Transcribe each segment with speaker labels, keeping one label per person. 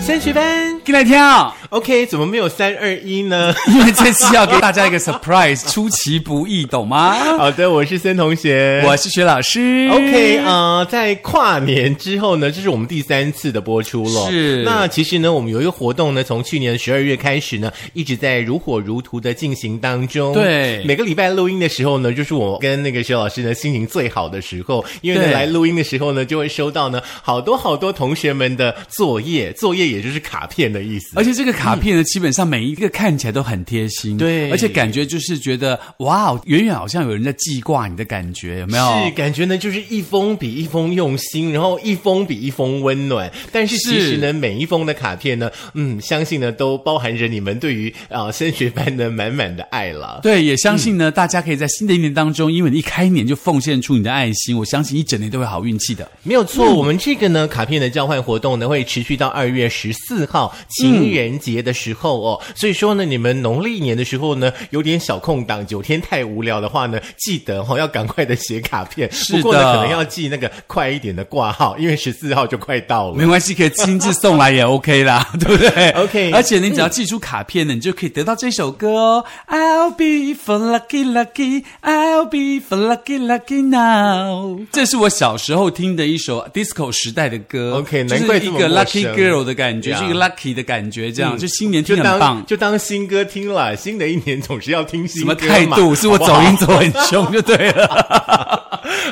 Speaker 1: 三学班
Speaker 2: 进 来跳，
Speaker 1: ，OK，怎么没有三二一 呢？
Speaker 2: 啊因为这次要给大家一个 surprise，出其不意，懂吗？
Speaker 1: 好的，我是森同学，
Speaker 2: 我是薛老师
Speaker 1: OK，呃，在跨年之后呢，这是我们第三次的播出了。
Speaker 2: 是
Speaker 1: 那其实呢，我们有一个活动呢，从去年十二月开始呢，一直在如火如荼的进行当中。
Speaker 2: 对
Speaker 1: 每个礼拜录音的时候呢，就是我跟那个薛老师呢心情最好的时候，因为呢
Speaker 2: 对
Speaker 1: 来录音的时候呢，就会收到呢好多好多同学们的作业，作业也就是卡片的意思。
Speaker 2: 而且这个卡片呢，基本上每一个看起来都很贴心，
Speaker 1: 对
Speaker 2: 而且感觉就是觉得哇，哦远远好像有人在记挂你的感觉，有没有？
Speaker 1: 是，感觉呢，就是一封比一封用心，然后一封比一封温暖。但是其实呢，每一封的卡片呢，嗯，相信呢都包含着你们对于啊、呃升学班的满满的爱了。
Speaker 2: 对，也相信
Speaker 1: 嗯
Speaker 2: 呢，大家可以在新的一年当中，因为你一开年就奉献出你的爱心，我相信一整年都会好运气的。
Speaker 1: 嗯没有错，我们这个呢卡片的交换活动呢会持续到二月十四号情人节的时候哦。所以说呢，你们农历年的时候呢有点小空档，九天太无聊的话呢，记得哦要赶快的写卡片。
Speaker 2: 是
Speaker 1: 不过呢，
Speaker 2: 的
Speaker 1: 可能要记那个快一点的挂号，因为十四号就快到了
Speaker 2: 没。关系，可以亲自送来也 OK 啦， 对不对
Speaker 1: OK
Speaker 2: 而且你只要寄出卡片呢，你就可以得到这首歌哦。I'll be for lucky lucky, I'll be for lucky lucky now。这是我小时候听的一首 disco 时代的歌。
Speaker 1: OK，
Speaker 2: 就是
Speaker 1: 难怪这
Speaker 2: 一
Speaker 1: 么
Speaker 2: 个
Speaker 1: 陌
Speaker 2: lucky
Speaker 1: 生
Speaker 2: girl 的感觉，
Speaker 1: Yeah
Speaker 2: 是一个 lucky 的感觉，这样
Speaker 1: 嗯
Speaker 2: 就新年
Speaker 1: 就
Speaker 2: 听很
Speaker 1: 当
Speaker 2: 棒。
Speaker 1: 就当新歌听了，新的一年总是要听新歌
Speaker 2: 什
Speaker 1: 嘛
Speaker 2: 么态度？是我走 音走很凶就对了。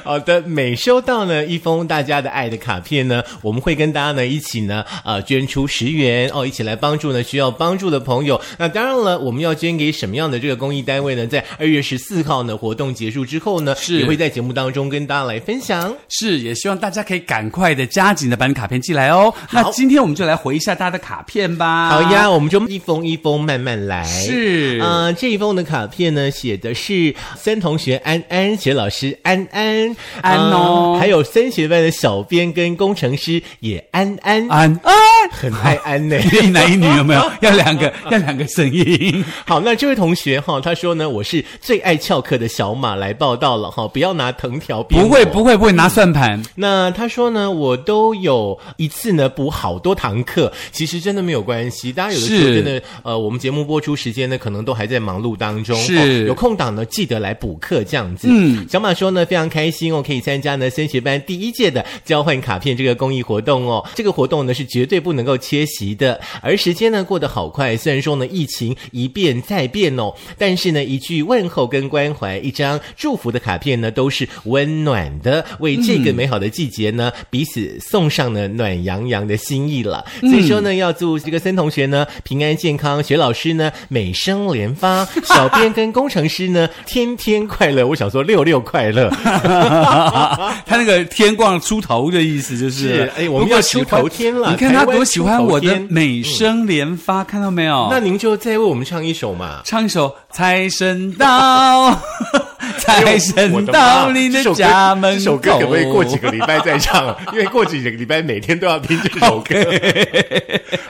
Speaker 1: 好的，每收到呢一封大家的爱的卡片呢，我们会跟大家呢一起呢呃捐出十元哦，一起来帮助呢需要帮助的朋友。那当然了，我们要捐给什么样的这个公益单位呢？在二月十四号呢活动结束之后呢，
Speaker 2: 是
Speaker 1: 也会在节目当中跟大家来分享。
Speaker 2: 是，也希望大家可以赶快的加紧的把你卡片寄来哦。那今天我们就来回一下大家的卡片吧。
Speaker 1: 好呀，我们就一封一封慢慢来。
Speaker 2: 是
Speaker 1: 呃，这一封的卡片呢，写的是森同学安安、学老师安安
Speaker 2: 安哦
Speaker 1: 呃还有森学班的小编跟工程师也安安，
Speaker 2: 安安，
Speaker 1: 很爱安呢、
Speaker 2: 一男一女有没有？要两个，要两个 声音。
Speaker 1: 好，那这位同学哈、他说呢，我是最爱翘课的小马来报道了哈、不要拿藤条鞭
Speaker 2: 不会，
Speaker 1: 我
Speaker 2: 不会，不会拿算盘。
Speaker 1: 那他说呢，我都有一次呢补好多堂课，其实真的没有关系。大家有的时候
Speaker 2: 是
Speaker 1: 真的，呃，我们节目播出时间呢，可能都还在忙碌当中，
Speaker 2: 是
Speaker 1: 哦有空档呢记得来补课这样子。嗯，小马说呢非常开心哦，可以参加呢升学班第一届的交换卡片这个公益活动哦，这个活动呢是绝对不能够缺席的。而时间呢过得好快，虽然说呢疫情一变再变哦，但是呢一句问候跟关怀，一张祝福的卡片呢都是温暖的，为这个美好的季节呢、彼此送上了暖洋洋的心意了。所以说呢，要祝这个森同学呢平安健康，学老师呢美声连 发，小编跟工程师呢天天快乐。我想说六六快乐，
Speaker 2: 他那个天光出头的意思就是，
Speaker 1: 啊是哎我们
Speaker 2: 如果
Speaker 1: 要
Speaker 2: 喜欢
Speaker 1: 出头天了
Speaker 2: 你看他
Speaker 1: 台湾
Speaker 2: 多喜欢我
Speaker 1: 出
Speaker 2: 的
Speaker 1: 头天
Speaker 2: 美声连发，看到没有？
Speaker 1: 那您就再为我们唱一首嘛。
Speaker 2: 唱一首《财神到》，
Speaker 1: 哎
Speaker 2: 财神到你的家门口。
Speaker 1: 这首歌可不可以过几个礼拜再唱 啊？因为过几个礼拜每天都要听这首歌。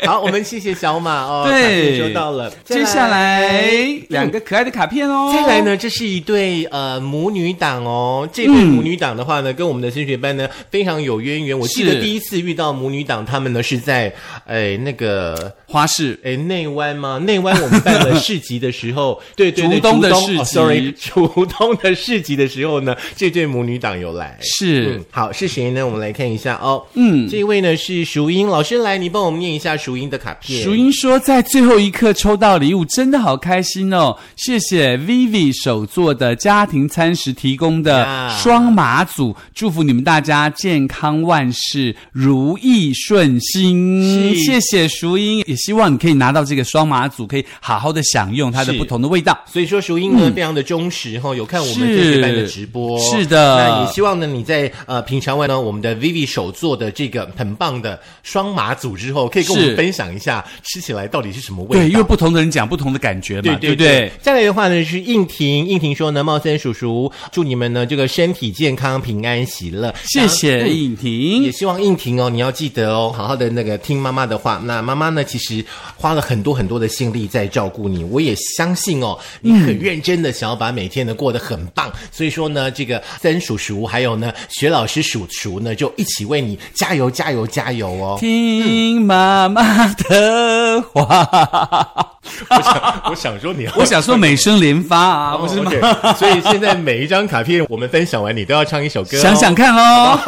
Speaker 1: 好，我们谢谢小马哦，卡片
Speaker 2: 对，
Speaker 1: 收到了。
Speaker 2: 接下来两个可爱的卡片哦。
Speaker 1: 嗯再来呢，这是一对呃母女档哦。这
Speaker 2: 嗯
Speaker 1: 对母女档的话呢，跟我们的升学班呢非常有渊源。我记得
Speaker 2: 是
Speaker 1: 第一次遇到母女档，他们呢是在哎那个
Speaker 2: 花式。
Speaker 1: 哎，内湾吗？内湾我们办 了市集的时候，对对对，
Speaker 2: 竹东的市集
Speaker 1: 哦、，sorry，竹东的市集的时候呢，这对母女档有来。
Speaker 2: 是
Speaker 1: 嗯，好是谁呢？我们来看一下哦。嗯，这一位呢是淑英老师，来，你帮我们念一下淑英的卡片。
Speaker 2: 淑英说，在最后一刻抽到礼物，真的好开心哦！谢谢 Vivi 手做的家庭餐食提供的
Speaker 1: 呀
Speaker 2: 双马组，祝福你们大家健康万事如意顺心。
Speaker 1: 是
Speaker 2: 谢谢淑英，也希望你可以拿到这个双马组，可以好好的享用它的
Speaker 1: 是
Speaker 2: 不同的味道。
Speaker 1: 所以说，淑英呢、非常的忠实哈、哦，有看我们
Speaker 2: 嗯是
Speaker 1: 这学班的直播，
Speaker 2: 是的
Speaker 1: 那也希望呢，你在呃平常玩呢我们的 Vivi 手做的这个很棒的双马组之后，可以跟我们
Speaker 2: 是
Speaker 1: 分享一下吃起来到底是什么味道。
Speaker 2: 对，因为不同的人讲不同的感觉嘛，
Speaker 1: 对
Speaker 2: 不
Speaker 1: 对。再来的话呢是应婷，应婷说呢，茂森叔叔祝你们呢这个身体健康、平安、喜乐。
Speaker 2: 谢谢
Speaker 1: 嗯
Speaker 2: 颖
Speaker 1: 也
Speaker 2: 婷，
Speaker 1: 希望应婷哦，你要记得哦，好好的那个听妈妈的话。那妈妈呢，其实花了很多很多的心力在照顾你，我也相信哦，你很认真的想要把每天呢过得很棒。所以说呢，这个森叔叔还有呢雪老师叔叔呢，就一起为你加油加油加油 哦！
Speaker 2: 听妈妈的话。
Speaker 1: 我想我想说你要
Speaker 2: 我想说美声连发啊，不是吗？
Speaker 1: OK，所以 现在每一张卡片我们分享完，你都要唱一首歌、哦。
Speaker 2: 想想看 喽。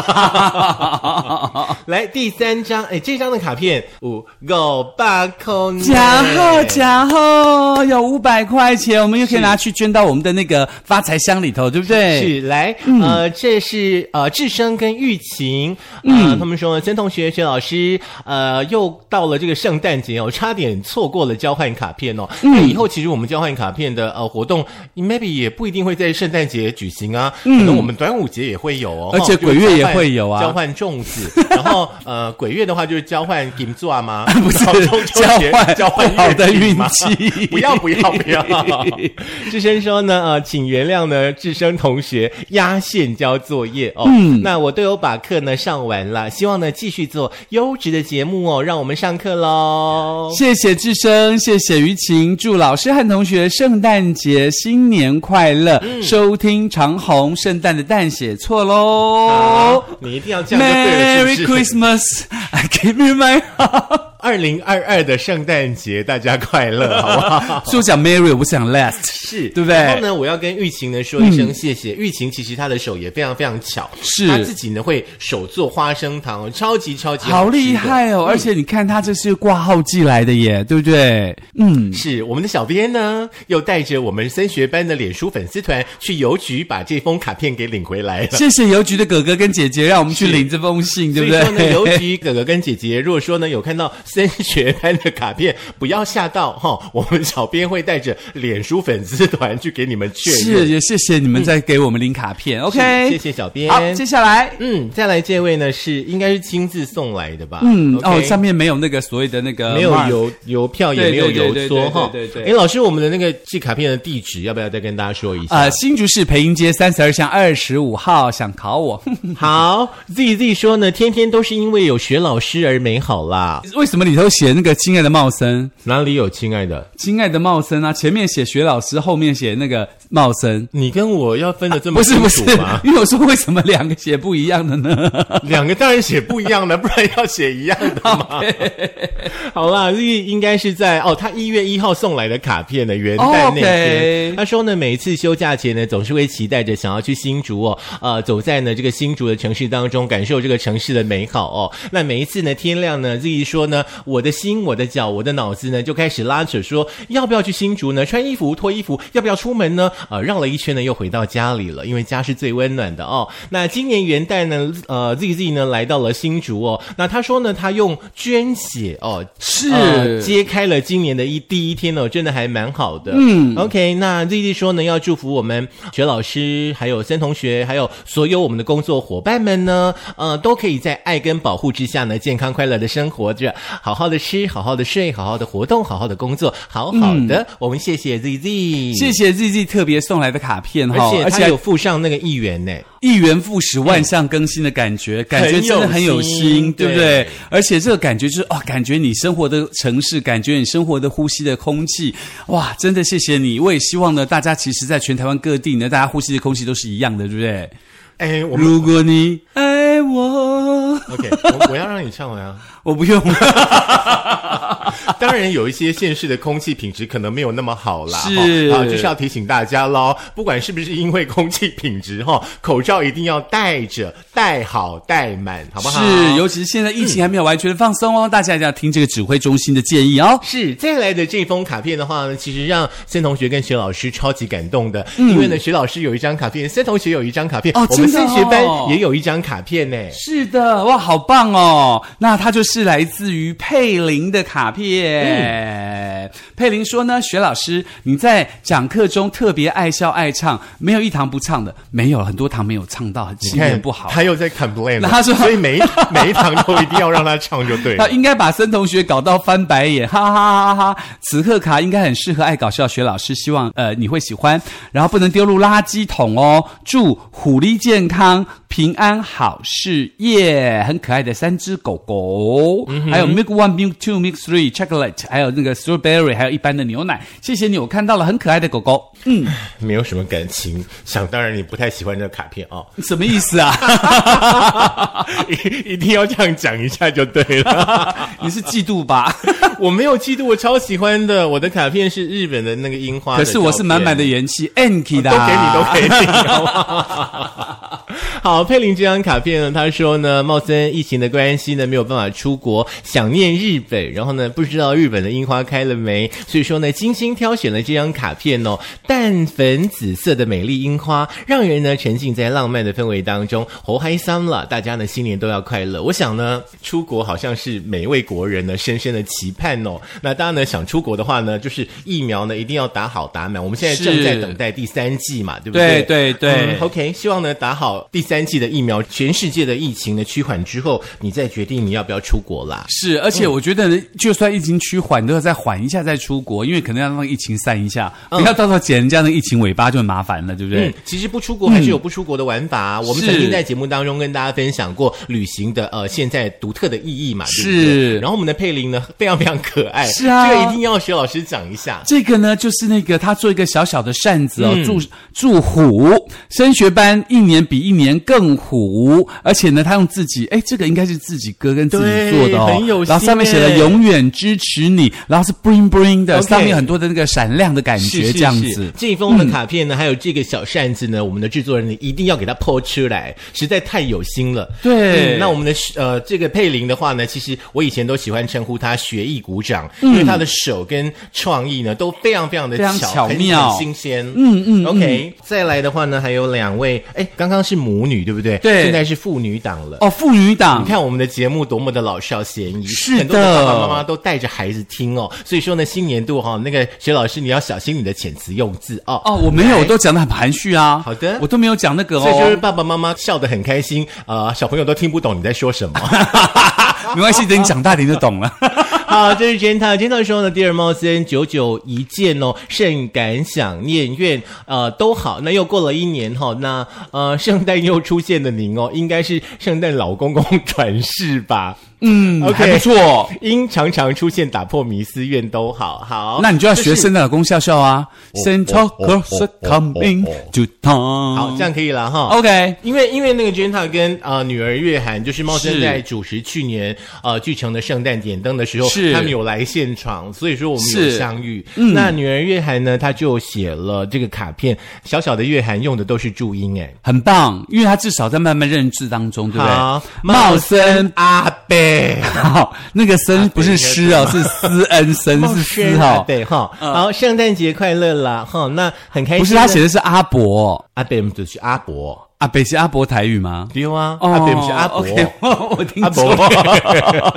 Speaker 1: 来第三张，哎，这张的卡片五个八空
Speaker 2: 假后假后有五百块钱，我们又可以拿去捐到我们的那个发财箱里头，对不对？嗯
Speaker 1: 是来，呃，这是呃智生跟玉琴，嗯，他们说曾同学、薛老师，呃，又到了这个圣诞节哦，差点错过了交换卡片哦。
Speaker 2: 嗯
Speaker 1: 那以后其实我们交换卡片的呃活动，maybe 也不一定会在圣诞节举行啊，可能我们端午节也会有哦，
Speaker 2: 嗯而且
Speaker 1: 哈
Speaker 2: 鬼月也
Speaker 1: 就是交换
Speaker 2: 会有啊
Speaker 1: 交换粽 子，然后呃鬼月的话就是交换金座吗？
Speaker 2: 不是
Speaker 1: 然后中秋节
Speaker 2: 交换
Speaker 1: 交换
Speaker 2: 不好的
Speaker 1: 月饼
Speaker 2: 运
Speaker 1: 吗
Speaker 2: 气
Speaker 1: 不要不要不要！ 志生说呢，呃，请原谅呢，志生同学压线交作业哦。
Speaker 2: 嗯
Speaker 1: 那我都有把课呢上完了，希望呢继续做优质的节目哦，让我们上课喽。
Speaker 2: 谢谢智生，谢谢于晴，祝老师和同学圣诞节新年快乐！
Speaker 1: 嗯
Speaker 2: 收听长虹，圣诞的蛋写错喽
Speaker 1: 好。你一定要啊这样就对了，
Speaker 2: Merry
Speaker 1: 是不是？
Speaker 2: Christmas，I give you my heart。
Speaker 1: 二零二二的圣诞节，大家快 乐，好不好？
Speaker 2: 就讲 Merry，我不想 Last。
Speaker 1: 是
Speaker 2: 对不对
Speaker 1: 然后呢，我要跟玉琴呢说一声谢谢。玉琴其实她的手也非常非常巧，
Speaker 2: 是
Speaker 1: 她自己呢会手做花生糖，哦，超级超级
Speaker 2: 好
Speaker 1: 吃的嗯
Speaker 2: 厉害哦！而且你看，他这是挂号寄来的耶，对不对？嗯，
Speaker 1: 是我们的小编呢，又带着我们升学班的脸书粉丝团去邮局把这封卡片给领回来了。
Speaker 2: 谢谢邮局的哥哥跟姐姐，让我们去
Speaker 1: 是
Speaker 2: 领这封信，对
Speaker 1: 所以
Speaker 2: 不
Speaker 1: 说呢，
Speaker 2: 对？
Speaker 1: 邮局哥哥跟姐姐，如果说呢有看到升学班的卡片，不要吓到哈、我们小编会带着脸书粉丝团去给你们确
Speaker 2: 是，
Speaker 1: 认。
Speaker 2: 也谢谢你们在给我们领卡片。OK，
Speaker 1: 嗯谢谢小编。
Speaker 2: 好，接下来。
Speaker 1: 嗯，再来这位呢是应该是亲自送来的吧？
Speaker 2: 嗯
Speaker 1: o k
Speaker 2: 哦，上面没有那个所谓的那个
Speaker 1: 没有
Speaker 2: mark
Speaker 1: 邮啊邮票，也
Speaker 2: 对
Speaker 1: 没有
Speaker 2: 对对
Speaker 1: 邮
Speaker 2: 对
Speaker 1: 戳
Speaker 2: 对
Speaker 1: 哈。
Speaker 2: 对对对
Speaker 1: 诶老师，我们的那个寄卡片的地址要不要再跟大家说一下？
Speaker 2: 呃，新竹市培英街三十二巷二十五号，想考我，
Speaker 1: 好，Z Z 说呢，天天都是因为有学老师而美好啦。
Speaker 2: 为什么里头写那个“亲爱的茂森
Speaker 1: 哪里有亲爱的？”？
Speaker 2: 亲爱的茂森啊，前面写学老师，后面写那个茂森，
Speaker 1: 你跟我要分的这么
Speaker 2: 不是
Speaker 1: 清
Speaker 2: 不是
Speaker 1: 楚吗？，
Speaker 2: 因为我说为什么两个写不一样 的呢？
Speaker 1: 两个当然写不一样的，不然要写一样的 嘛。好啦，这个应该是在哦，他一月一号送来的卡片的元旦那
Speaker 2: OK
Speaker 1: 天。他说呢，每一次休假前呢，总是会期待着想要去新竹哦，呃，走在呢这个新竹的城市当中，感受这个城市的美好哦。那每一次呢天亮呢，自己说呢，我的心、我的脚、我的脑子呢就开始拉扯说，要不要去新竹呢？穿衣服、脱衣服，要不要出门呢？呃，绕了一圈呢，又回到家里了，因为家是最温暖的哦。那今年元旦呢，呃，Z Z 呢来到了新竹哦。那他说呢，他用捐血哦，
Speaker 2: 是
Speaker 1: 呃揭开了今年的一第一天哦，真的还蛮好的。嗯，OK，那 Z Z 说呢，要祝福我们学老师，还有森同学，还有所有我们的工作伙伴们呢，呃，都可以在爱跟保护之下呢，健康快乐的生活着，好好的吃，好好的睡，好好的活动，好好的工作，好好的。我们谢谢 Z Z，
Speaker 2: 嗯谢。谢 Z Z 特别送来的卡片哈
Speaker 1: 嗯而，且
Speaker 2: 而
Speaker 1: 他有
Speaker 2: 且
Speaker 1: 附上那个一元呢，
Speaker 2: 一元复始，万象更新的感觉，感觉真的很有
Speaker 1: 嗯
Speaker 2: 心，
Speaker 1: 很有心
Speaker 2: 对不
Speaker 1: 对
Speaker 2: 对？而且这个感觉就是哦，感觉你生活的城市，感觉你生活的呼吸的空气，哇，真的谢谢你。我也希望呢，大家其实，在全台湾各地呢，大家呼吸的空气都是一样的，对不对？
Speaker 1: 哎，我们
Speaker 2: 如果你爱我，
Speaker 1: OK，我我要让你唱完啊。
Speaker 2: 我不用。
Speaker 1: 当然，有一些县市的空气品质可能没有那么好啦，
Speaker 2: 是
Speaker 1: 哈啊，就是要提醒大家喽。不管是不是因为空气品质哈，口罩一定要戴着，戴好戴满，好不好？
Speaker 2: 是，尤其是现在疫情还没有完全的放松哦，大家一定要听这个指挥中心的建议哦。
Speaker 1: 是再来的这封卡片的话呢，其实让森同学跟薛老师超级感动的，因为呢，薛老师有一张卡片，森同学有一张卡片，
Speaker 2: 嗯哦
Speaker 1: 我们
Speaker 2: 真的
Speaker 1: 森
Speaker 2: 哦
Speaker 1: 学班也有一张卡片呢。
Speaker 2: 是的，哇，好棒哦！那它就是来自于佩林的卡
Speaker 1: 嗯
Speaker 2: 片。佩林说呢，雪老师，你在讲课中特别爱笑爱唱，没有一堂不唱的，没有很多堂没有唱到，很气
Speaker 1: 你看
Speaker 2: 氛不好。
Speaker 1: 他又在 complain，了
Speaker 2: 那他说
Speaker 1: 所以每一 每一堂都一定要让他唱就对了
Speaker 2: 他。应该把森同学搞到翻白眼，哈哈哈哈哈！此刻卡应该很适合爱搞笑学老师，希望呃你会喜欢，然后不能丢入垃圾桶哦。祝虎狸界健康、平安、好事业。很可爱的三只狗狗，
Speaker 1: 嗯
Speaker 2: 还有 Milk One、Milk Two、Milk Three、Chocolate，还有那个 Strawberry，还有一般的牛奶。谢谢你，我看到了很可爱的 狗狗。嗯，
Speaker 1: 没有什么感情，想当然你不太喜欢这个卡片哦，
Speaker 2: 什么意思啊？
Speaker 1: 一一定要这样讲一下就对 了。
Speaker 2: 你是嫉妒吧？
Speaker 1: 我没有嫉妒，我超喜欢的，我的卡片是日本的那个樱花的
Speaker 2: 可
Speaker 1: 啊照片，
Speaker 2: 是我是满满的元气，Anki 的、啊
Speaker 1: 都给你，都给你，好不好？好，佩林这张卡片呢，他说呢，茂森疫情的关系呢，没有办法出国，想念日本，然后呢，不知道日本的樱花开了没，所以说呢，精心挑选了这张卡片哦，淡粉紫色的美丽樱花，让人呢沉浸在浪漫的氛围当中，猴嗨桑了，大家呢新年都要快乐。我想呢，出国好像是每一位国人呢深深的期盼哦。那大家呢想出国的话呢，就是疫苗呢一定要打好打满，我们现在正在
Speaker 2: 是
Speaker 1: 等待第三季嘛，对不
Speaker 2: 对
Speaker 1: 对？
Speaker 2: 对对
Speaker 1: 嗯 OK，希望呢打好第三季的疫苗，全世界的疫情呢趋缓之后，你再决定你要不要出国啦。
Speaker 2: 是，而
Speaker 1: 嗯
Speaker 2: 且我觉得，就算疫情趋缓，都要再缓一下再出国，因为可能要让疫情散一下，不要到时候剪人家那个疫情尾巴就很麻烦了，对不对？嗯
Speaker 1: 嗯，其实不出国还是有不出国的玩法。我们
Speaker 2: 是
Speaker 1: 曾经在节目当中跟大家分享过旅行的呃现在独特的意义嘛，对不
Speaker 2: 是
Speaker 1: 对然后我们的佩林呢非常非常可爱，
Speaker 2: 是啊
Speaker 1: 这个一定要徐老师讲一下。
Speaker 2: 这个呢，就是那个他做一个小小的扇子哦，
Speaker 1: 嗯
Speaker 2: 祝祝虎升学班一年比一年更虎，而且呢，他用自己哎，这个应该是自己歌跟自己
Speaker 1: 对
Speaker 2: 做的哦，
Speaker 1: 很有
Speaker 2: 然后上面
Speaker 1: 心
Speaker 2: 写了
Speaker 1: 耶
Speaker 2: 永远支持你，然后是 bling bling 的
Speaker 1: OK
Speaker 2: 上面很多的那个闪亮的感觉，
Speaker 1: 是
Speaker 2: 这样子。嗯
Speaker 1: 是是这封的卡片呢，还有这个小扇子呢，我们的制作人呢一定要给它剖出来，实在太有心了。
Speaker 2: 对
Speaker 1: 那我们的呃这个佩林的话呢，其实我以前都喜欢称呼他学艺鼓掌，因为他的手跟创意呢都非常非常的
Speaker 2: 嗯非常
Speaker 1: 巧，
Speaker 2: 巧
Speaker 1: 很
Speaker 2: 妙
Speaker 1: 很新鲜。嗯嗯。OK，再来的话呢，还有两位，哎，刚刚是母女对不对？
Speaker 2: 对
Speaker 1: 现在是父女档了。
Speaker 2: 哦，妇女党
Speaker 1: 你看我们的节目多么的老少咸宜，
Speaker 2: 是的
Speaker 1: 很多的爸爸妈妈都带着孩子听哦。所以说呢，新年度哈、那个薛老师你要小心你的遣词用字哦。
Speaker 2: 哦，我没有，
Speaker 1: 来
Speaker 2: 我都讲的很含蓄啊。
Speaker 1: 好的
Speaker 2: 我都没有讲那个
Speaker 1: 所以就是
Speaker 2: 哦。
Speaker 1: 爸爸妈妈笑得很开心，呃，小朋友都听不懂你在说什么。
Speaker 2: 没关系，等你长大点就懂了。
Speaker 1: 好，这是 Jenta。Jenta 说呢，第二猫森九九一见哦，甚感想念愿呃都好。那又过了一年哈、哦，那呃圣诞又出现了您哦，应该是圣诞老公公转世吧？ 嗯
Speaker 2: 还不错。
Speaker 1: 因常常出现打破迷思，愿都好好。
Speaker 2: 那你就要学
Speaker 1: 这是
Speaker 2: 圣诞老公笑笑啊。Santa
Speaker 3: 哦哦
Speaker 2: Claus
Speaker 3: 哦
Speaker 2: coming
Speaker 3: 哦哦
Speaker 2: to town。
Speaker 1: 好，这样可以了哈。
Speaker 2: OK。
Speaker 1: 嗯哦因为因为那个 Jenta 跟呃女儿月涵，就是茂森在主持去年呃剧城的圣诞点灯的时候，
Speaker 2: 是
Speaker 1: 他们有来现场，所以说我们有
Speaker 2: 是
Speaker 1: 相遇。那女儿月涵呢，她就写了这个卡片，小小的月涵用的都是注音，哎，
Speaker 2: 很棒，因为他至少在慢慢认知当中，对不对
Speaker 1: 好？
Speaker 2: 茂森，
Speaker 1: 阿贝。
Speaker 2: 好，那个森不是诗
Speaker 1: 啊
Speaker 2: 哦，是思 恩森，是思
Speaker 1: 阿
Speaker 2: 哦，
Speaker 1: 贝哈，好，圣诞节快乐啦哈！那很开心。
Speaker 2: 不是他写的是阿伯，
Speaker 1: 阿贝，就是阿伯，
Speaker 2: 阿北是阿伯台语吗？
Speaker 1: 对啊，
Speaker 2: 哦
Speaker 1: 阿贝不是阿伯，
Speaker 2: OK，我 我听
Speaker 1: 阿
Speaker 2: 错
Speaker 1: 伯
Speaker 2: 了。，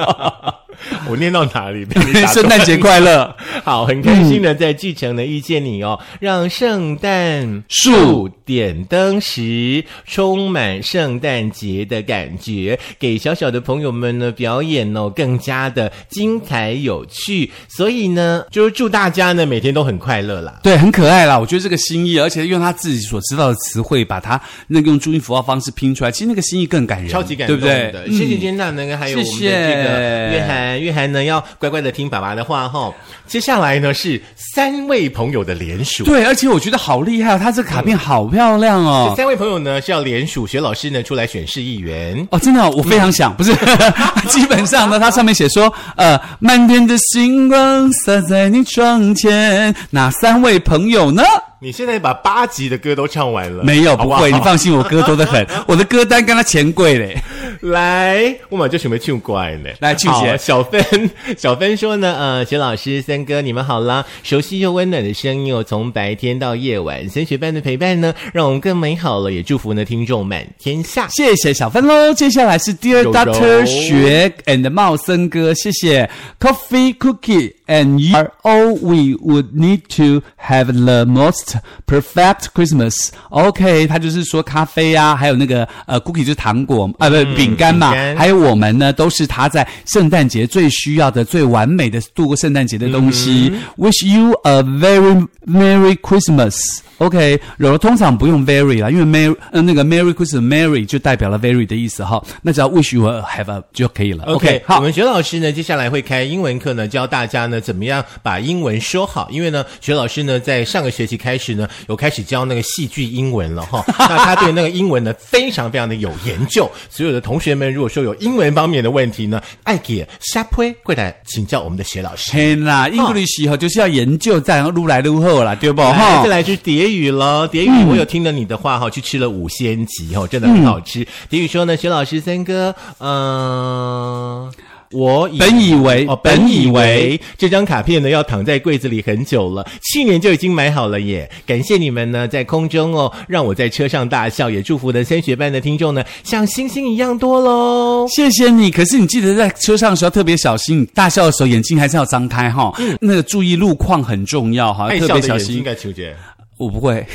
Speaker 1: 我念到哪里？ 被你打断
Speaker 2: 圣诞节快乐。
Speaker 1: 好，很开心的在继承呢遇见你哦， 让圣诞
Speaker 2: 树
Speaker 1: 点灯时充满圣诞节的感觉，给小小的朋友们呢表演哦更加的精彩有趣。所以呢，就是祝大家呢每天都很快乐啦。
Speaker 2: 对，很可爱啦。我觉得这个心意，而且用他自己所知道的词汇，把它那个用注音符号方式拼出来，其实那个心意更感人，
Speaker 1: 超级感
Speaker 2: 对
Speaker 1: 动
Speaker 2: 不对？
Speaker 1: 的，
Speaker 2: 嗯
Speaker 1: 谢谢娟娜呢，还有我们的
Speaker 2: 谢谢
Speaker 1: 这个月涵，月涵呢要乖乖的听爸爸的话哈、接下来呢是三位朋友的联署，
Speaker 2: 对，而且我觉得好厉害哦，他这个卡片好漂亮
Speaker 1: 这
Speaker 2: 哦。
Speaker 1: 三位朋友呢是要联署，学老师呢出来选市议员。
Speaker 2: 哦，真的哦、我非常想，不是， 基本上呢，它上面写说，呃，漫天的星光洒在你窗前，哪三位朋友呢？
Speaker 1: 你现在把八集的歌都唱完了，
Speaker 2: 没有，
Speaker 1: 好
Speaker 2: 不
Speaker 1: 好
Speaker 2: 会，你放心，我歌多得很，我的歌单跟他钱柜嘞。
Speaker 1: 来，我马就准备唱乖呢。
Speaker 2: 来庆姐
Speaker 1: 好小芬，小芬说呢，呃，徐老师、森哥，你们好啦！熟悉又温暖的声音哦，从白天到夜晚，升学班的陪伴呢，让我们更美好了，也祝福呢听众满天下。
Speaker 2: 谢谢小芬喽。接下来是 Dear
Speaker 1: 啊柔柔
Speaker 2: Doctor 学 and 茂森哥，谢谢 Coffee Cookie and you are all we would need to have the most perfect Christmas。OK，他就是说咖啡啊，还有那个呃 cookie 就是糖果啊，不是饼饼干
Speaker 1: 嗯
Speaker 2: 嘛，
Speaker 1: 饼干
Speaker 2: 还有我们呢，都是他在圣诞节最需要的、最完美的度过圣诞节的东西。Wish
Speaker 1: 嗯
Speaker 2: you a very merry Christmas。OK，柔柔通常不用 very 啦，因为 merry 呃那个 merry Christmas，merry 就代表了 very 的意思哈，那只要 wish you a have a 就可以了。
Speaker 1: OK，, 我
Speaker 2: 好。
Speaker 1: 们学老师呢，接下来会开英文课呢，教大家呢怎么样把英文说好。因为呢，学老师呢在上个学期开始呢，有开始教那个戏剧英文了 哈。那他对那个英文呢非常非常的有研究。所有的同学们，如果说有英文方面的问题呢，爱给下坡过来请教我们的学老师。
Speaker 2: 天啦，English 哈就是要研究，再撸来撸后啦，对不
Speaker 1: 来
Speaker 2: 哦哈
Speaker 1: 哎
Speaker 2: 嗯
Speaker 1: 再？来就是蝶语喽，蝶语，我有听了你的话哈，去吃了五仙集哦，真的很好吃。蝶语说呢，学老师森哥，嗯、我以
Speaker 2: 本以为
Speaker 1: 哦，本以
Speaker 2: 本以
Speaker 1: 为
Speaker 2: 为
Speaker 1: 这张卡片呢要躺在柜子里很久了，去年就已经买好了耶。感谢你们呢，在空中哦，让我在车上大笑，也祝福的升学班的听众呢，像星星一样多喽。
Speaker 2: 谢谢你，可是你记得在车上的时候特别小心，你大笑的时候眼睛还是要张开哈，那个注意路况很重要哈，
Speaker 1: 嗯爱
Speaker 2: 啊特
Speaker 1: 笑
Speaker 2: 别
Speaker 1: 的
Speaker 2: 小
Speaker 1: 眼睛啊
Speaker 2: 心。
Speaker 1: 该求解。
Speaker 2: 我不会，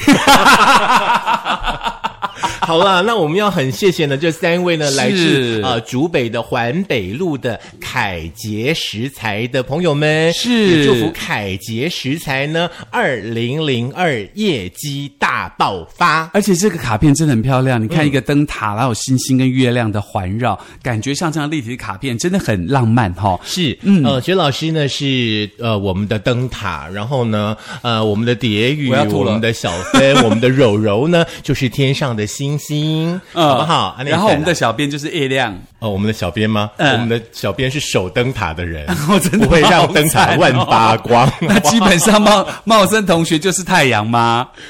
Speaker 1: 好啦，那我们要很谢谢呢这三位呢
Speaker 2: 是
Speaker 1: 来自呃竹北的环北路的凯杰食材的朋友们，
Speaker 2: 是
Speaker 1: 也祝福凯杰食材呢二零零二业绩大爆发。
Speaker 2: 而且这个卡片真的很漂
Speaker 1: 嗯
Speaker 2: 亮，你看一个灯塔，然后有星星跟月亮的环绕，感觉像这样立体的卡片真的很浪漫哈。
Speaker 1: 是，呃，
Speaker 2: 嗯
Speaker 1: 薛老师呢是呃我们的灯塔，然后呢，呃，我们的蝶语，
Speaker 2: 我要吐了
Speaker 1: 们的小飞，我们的柔柔呢就是天上的星 星，好不好？啊那你
Speaker 2: 嗯呃然后我们
Speaker 1: 再
Speaker 2: 的
Speaker 1: 来
Speaker 2: 小编就是 月亮，
Speaker 1: 哦，我们的小编吗？
Speaker 2: 嗯
Speaker 1: 我们的小编是守灯塔的人，
Speaker 2: 我真的
Speaker 1: 不会让灯
Speaker 2: 好
Speaker 1: 塔
Speaker 2: 惨哦哦
Speaker 1: 万发光，
Speaker 2: 那基本上茂茂森同学就是太阳吗？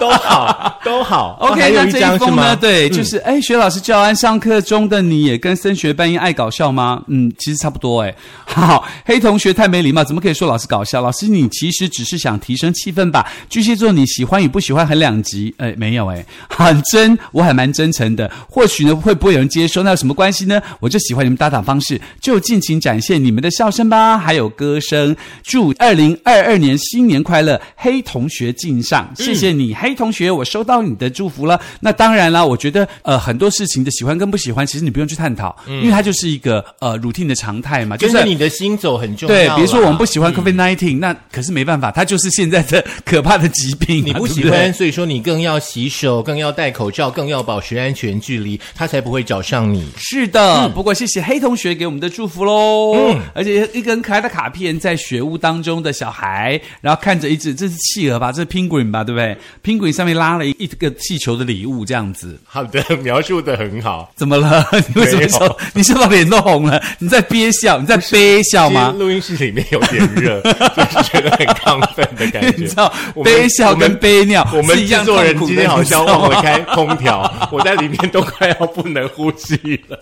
Speaker 1: 都好，都好。哦
Speaker 2: OK，
Speaker 1: 还有
Speaker 2: 那这
Speaker 1: 张
Speaker 2: 一
Speaker 1: 是
Speaker 2: 封
Speaker 1: 吗嗯
Speaker 2: 呢？？对，就是哎，学老师教安上课中的你也跟升学班一样爱搞笑吗？嗯，其实差不多哎。 好，黑同学太没礼貌，怎么可以说老师搞笑？老师你其实只是想提升气氛吧？巨蟹座你喜欢与不喜欢很两极，哎，没有哎， 很真，我还蛮真诚的。或许呢，会不会有人接收？那有什么关系呢？ 我就喜欢你们搭档方式，就尽情展现你们的笑声吧，还有歌声。祝二零二二年新年快乐，黑同学敬上，
Speaker 1: 嗯
Speaker 2: 谢谢你，黑同学，我收到你的祝福了。那当然啦，我觉得呃，很多事情的喜欢跟不喜欢，其实你不用去探讨，因为它就是一个呃 routine 的常态嘛，
Speaker 1: 嗯
Speaker 2: 就
Speaker 1: 跟着
Speaker 2: 是
Speaker 1: 你的心走很重要啦。嗯
Speaker 2: 对，比如说我们不喜欢 COVID nineteen，、那可是没办法，它就是现在的可怕的疾病嘛、
Speaker 1: 你不
Speaker 2: 对
Speaker 1: 喜
Speaker 2: 对
Speaker 1: 欢，所以说你更要洗手，更要戴口罩，更要保持安全距离，他才不会找上你。
Speaker 2: 是的，不过谢谢黑同学给我们的祝福喽。嗯，而且一根可爱的卡片在雪屋当中的小孩，然后看着一只，这是企鹅吧？这是 penguin 吧？对不对？penguin 上面拉了一一个气球的礼物，这样子。
Speaker 1: 好的，描述的很好。
Speaker 2: 怎么了？你为什么
Speaker 1: 没
Speaker 2: 笑
Speaker 1: 有？
Speaker 2: 你笑到脸都红了？你在憋笑？你在憋笑
Speaker 1: 今天
Speaker 2: 吗？
Speaker 1: 录音室里面有点热， 就是觉得很亢奋的感觉。
Speaker 2: 你知道
Speaker 1: 我们
Speaker 2: 憋笑跟憋尿
Speaker 1: 我们
Speaker 2: 是一样
Speaker 1: 制作人
Speaker 2: 痛苦
Speaker 1: 今
Speaker 2: 的
Speaker 1: 天好像
Speaker 2: 你知道吗
Speaker 1: 忘了开空调，我在里面都快要不能呼吸了。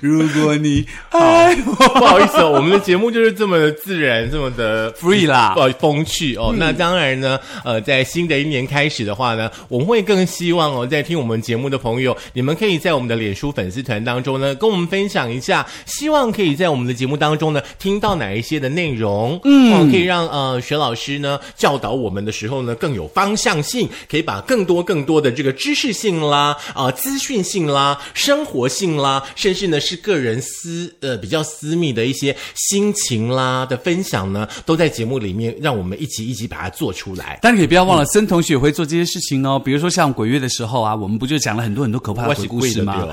Speaker 2: 如果你爱我
Speaker 1: 不好意思哦，我们的节目就是这么的自然，这么的
Speaker 2: Free 啦
Speaker 1: 呃，风趣哦。那当然呢，呃，在新的一年开始的话呢，我们会更希望哦，在听我们节目的朋友，你们可以在我们的脸书粉丝团当中呢，跟我们分享一下，希望可以在我们的节目当中呢，听到哪一些的内容，嗯，哦、可以让呃学老师呢教导我们的时候呢更有方向性，可以把更多更多的这个知识性啦、啊、资讯性啦、生活性啦，甚至呢是个人私呃比较私密的一些心情啦的分享呢，都在节目里面，让我们一集一集把它做出来。
Speaker 2: 但你也不要忘了，森同学也会做这些事情哦。比如说像鬼月的时候啊，我们不就讲了很多很多可怕
Speaker 1: 我
Speaker 2: 的
Speaker 1: 是
Speaker 2: 鬼故事吗
Speaker 1: 鬼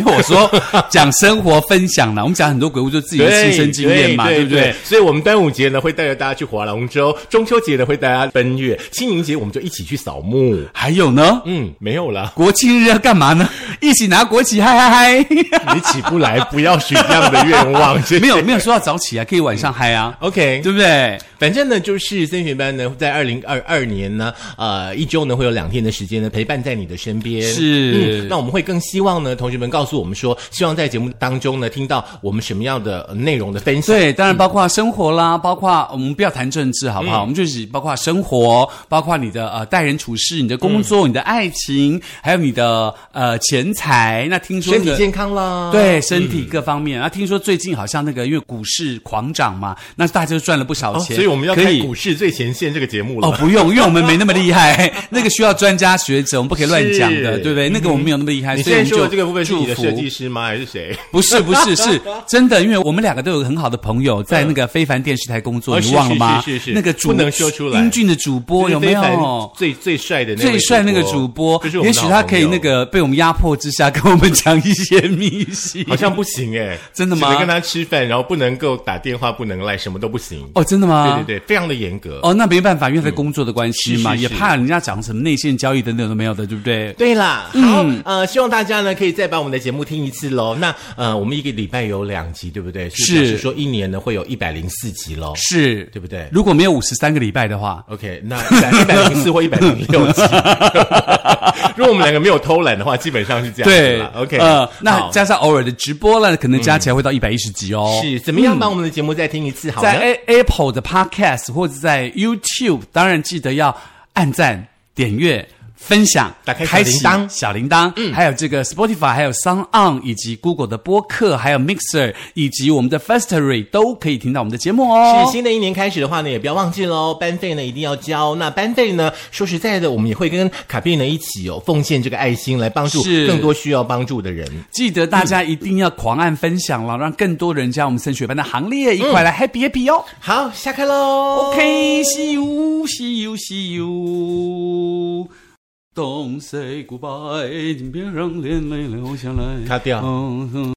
Speaker 1: 的对吧？
Speaker 2: 没有，我说讲生活分享啦，我们讲很多鬼故事，自己的亲身经验嘛，对不对？？
Speaker 1: 所以，我们端午节呢会带着大家去划龙舟，中秋节呢会带大家奔月，清明节我们就一起去扫墓。
Speaker 2: 还有呢，
Speaker 1: 嗯，没有 了。
Speaker 2: 国庆日要干嘛呢？一起拿国旗，嗨嗨 嗨！
Speaker 1: 你起不来，不要许这样的愿望。谢谢
Speaker 2: 没有没有说要早起啊，可以晚上嗨啊，
Speaker 1: OK，
Speaker 2: 对不对？
Speaker 1: 反正呢，就是升学班呢，在二零二二年呢，呃，一周呢会有两天的时间呢陪伴在你的身边。嗯
Speaker 2: 是
Speaker 1: 那我们会更希望呢，同学们告诉我们说，希望在节目当中呢听到我们什么样的呃内容的分享。
Speaker 2: 对，当然包括生活啦，包括我们不要谈政治好不好？我们就是包括生活，包括你的呃待人处事、你的工作、你的爱情，还有你的呃钱财。那听说
Speaker 1: 身
Speaker 2: 你
Speaker 1: 体
Speaker 2: 的
Speaker 1: 健康啦，啊，
Speaker 2: 对身体各方面。然后啊听说最近好像那个因为股市狂涨嘛，那大家就赚了不少
Speaker 1: 哦，
Speaker 2: 钱，
Speaker 1: 所以我们要
Speaker 2: 可
Speaker 1: 开
Speaker 2: 以
Speaker 1: 股市最前线这个节目了。
Speaker 2: 哦，不用，因为我们没那么厉害， 那个需要专家学者，我们不可以乱讲的，
Speaker 1: 是
Speaker 2: 对不对？那个我们没有那么厉 害，
Speaker 1: 你
Speaker 2: 所
Speaker 1: 现在
Speaker 2: 以我们就
Speaker 1: 说的这个部分是你的
Speaker 2: 祝
Speaker 1: 设
Speaker 2: 福
Speaker 1: 计师吗？还是谁？
Speaker 2: 不是不 是是真的，因为我们两个都有个很好的朋友，在那个非凡电视台工
Speaker 1: 嗯
Speaker 2: 作，
Speaker 1: 哦
Speaker 2: 你
Speaker 1: 是
Speaker 2: 忘了
Speaker 1: 是
Speaker 2: 吗？
Speaker 1: 是是是
Speaker 2: 那个主
Speaker 1: 不能说出来
Speaker 2: 英俊的主播哦有没
Speaker 1: 就是非
Speaker 2: 有
Speaker 1: 凡？最最帅的那位
Speaker 2: 最帅那个主播
Speaker 1: 就是，我
Speaker 2: 也
Speaker 1: 们的
Speaker 2: 许
Speaker 1: 好
Speaker 2: 他可以
Speaker 1: 朋友
Speaker 2: 那个被我们压迫之下，跟我们讲一些秘辛。
Speaker 1: 好像不行哎、
Speaker 2: 真的吗
Speaker 1: 只能跟他吃饭，然后不能够打电话，不能赖，什么都不行。
Speaker 2: 哦，真的吗？
Speaker 1: 对对对，非常的严格。
Speaker 2: 哦，那没办法，因为他工作的关系嘛，
Speaker 1: 是是
Speaker 2: 也
Speaker 1: 是
Speaker 2: 怕人家讲什么内线交易等等都没有的，对不对？
Speaker 1: 对啦，
Speaker 2: 嗯
Speaker 1: 好，呃，希望大家呢可以再把我们的节目听一次喽。那呃，我们一个礼拜有两集，对不对？所以表
Speaker 2: 是
Speaker 1: 示说一年呢会有一百零四集喽。
Speaker 2: 是，
Speaker 1: 对不对
Speaker 2: 如果没有五十三个礼拜的话，
Speaker 1: OK，那一百零四或一百零六 集，如果我们两个没有偷懒的话，基本上是这样子
Speaker 2: 对
Speaker 1: 啦。OK，
Speaker 2: 呃，那
Speaker 1: 好
Speaker 2: 加上偶尔的直播了，可能加起来会到一百一十集哦。
Speaker 1: 嗯是怎么样把我们的节目再听一次好呢？
Speaker 2: 在 A Apple 的 Podcast 或者在 YouTube，当然记得要按赞、点阅、分享、
Speaker 1: 打开小
Speaker 2: 开启
Speaker 1: 铃铛嗯
Speaker 2: 小铃铛，还有这个 Spotify，还有 Sound On，以及 Google 的播客，还有 Mixer，以及我们的 Firstory 都可以听到我们的节目哦。
Speaker 1: 是新的一年开始的话呢，也不要忘记喽，班费呢一定要交。那班费呢，说实在的，我们也会跟卡片呢一起哦，奉献这个爱心来帮助
Speaker 2: 是
Speaker 1: 更多需要帮助的人。
Speaker 2: 记得大家一定要狂按分享了，让更多人加入我们升学班的行列，一块来 happy happy 哦。
Speaker 1: 好，下课喽。
Speaker 2: OK，see you，see you，see you。Don't say goodbye，请别让眼泪流下来。
Speaker 1: 卡掉
Speaker 2: 嗯嗯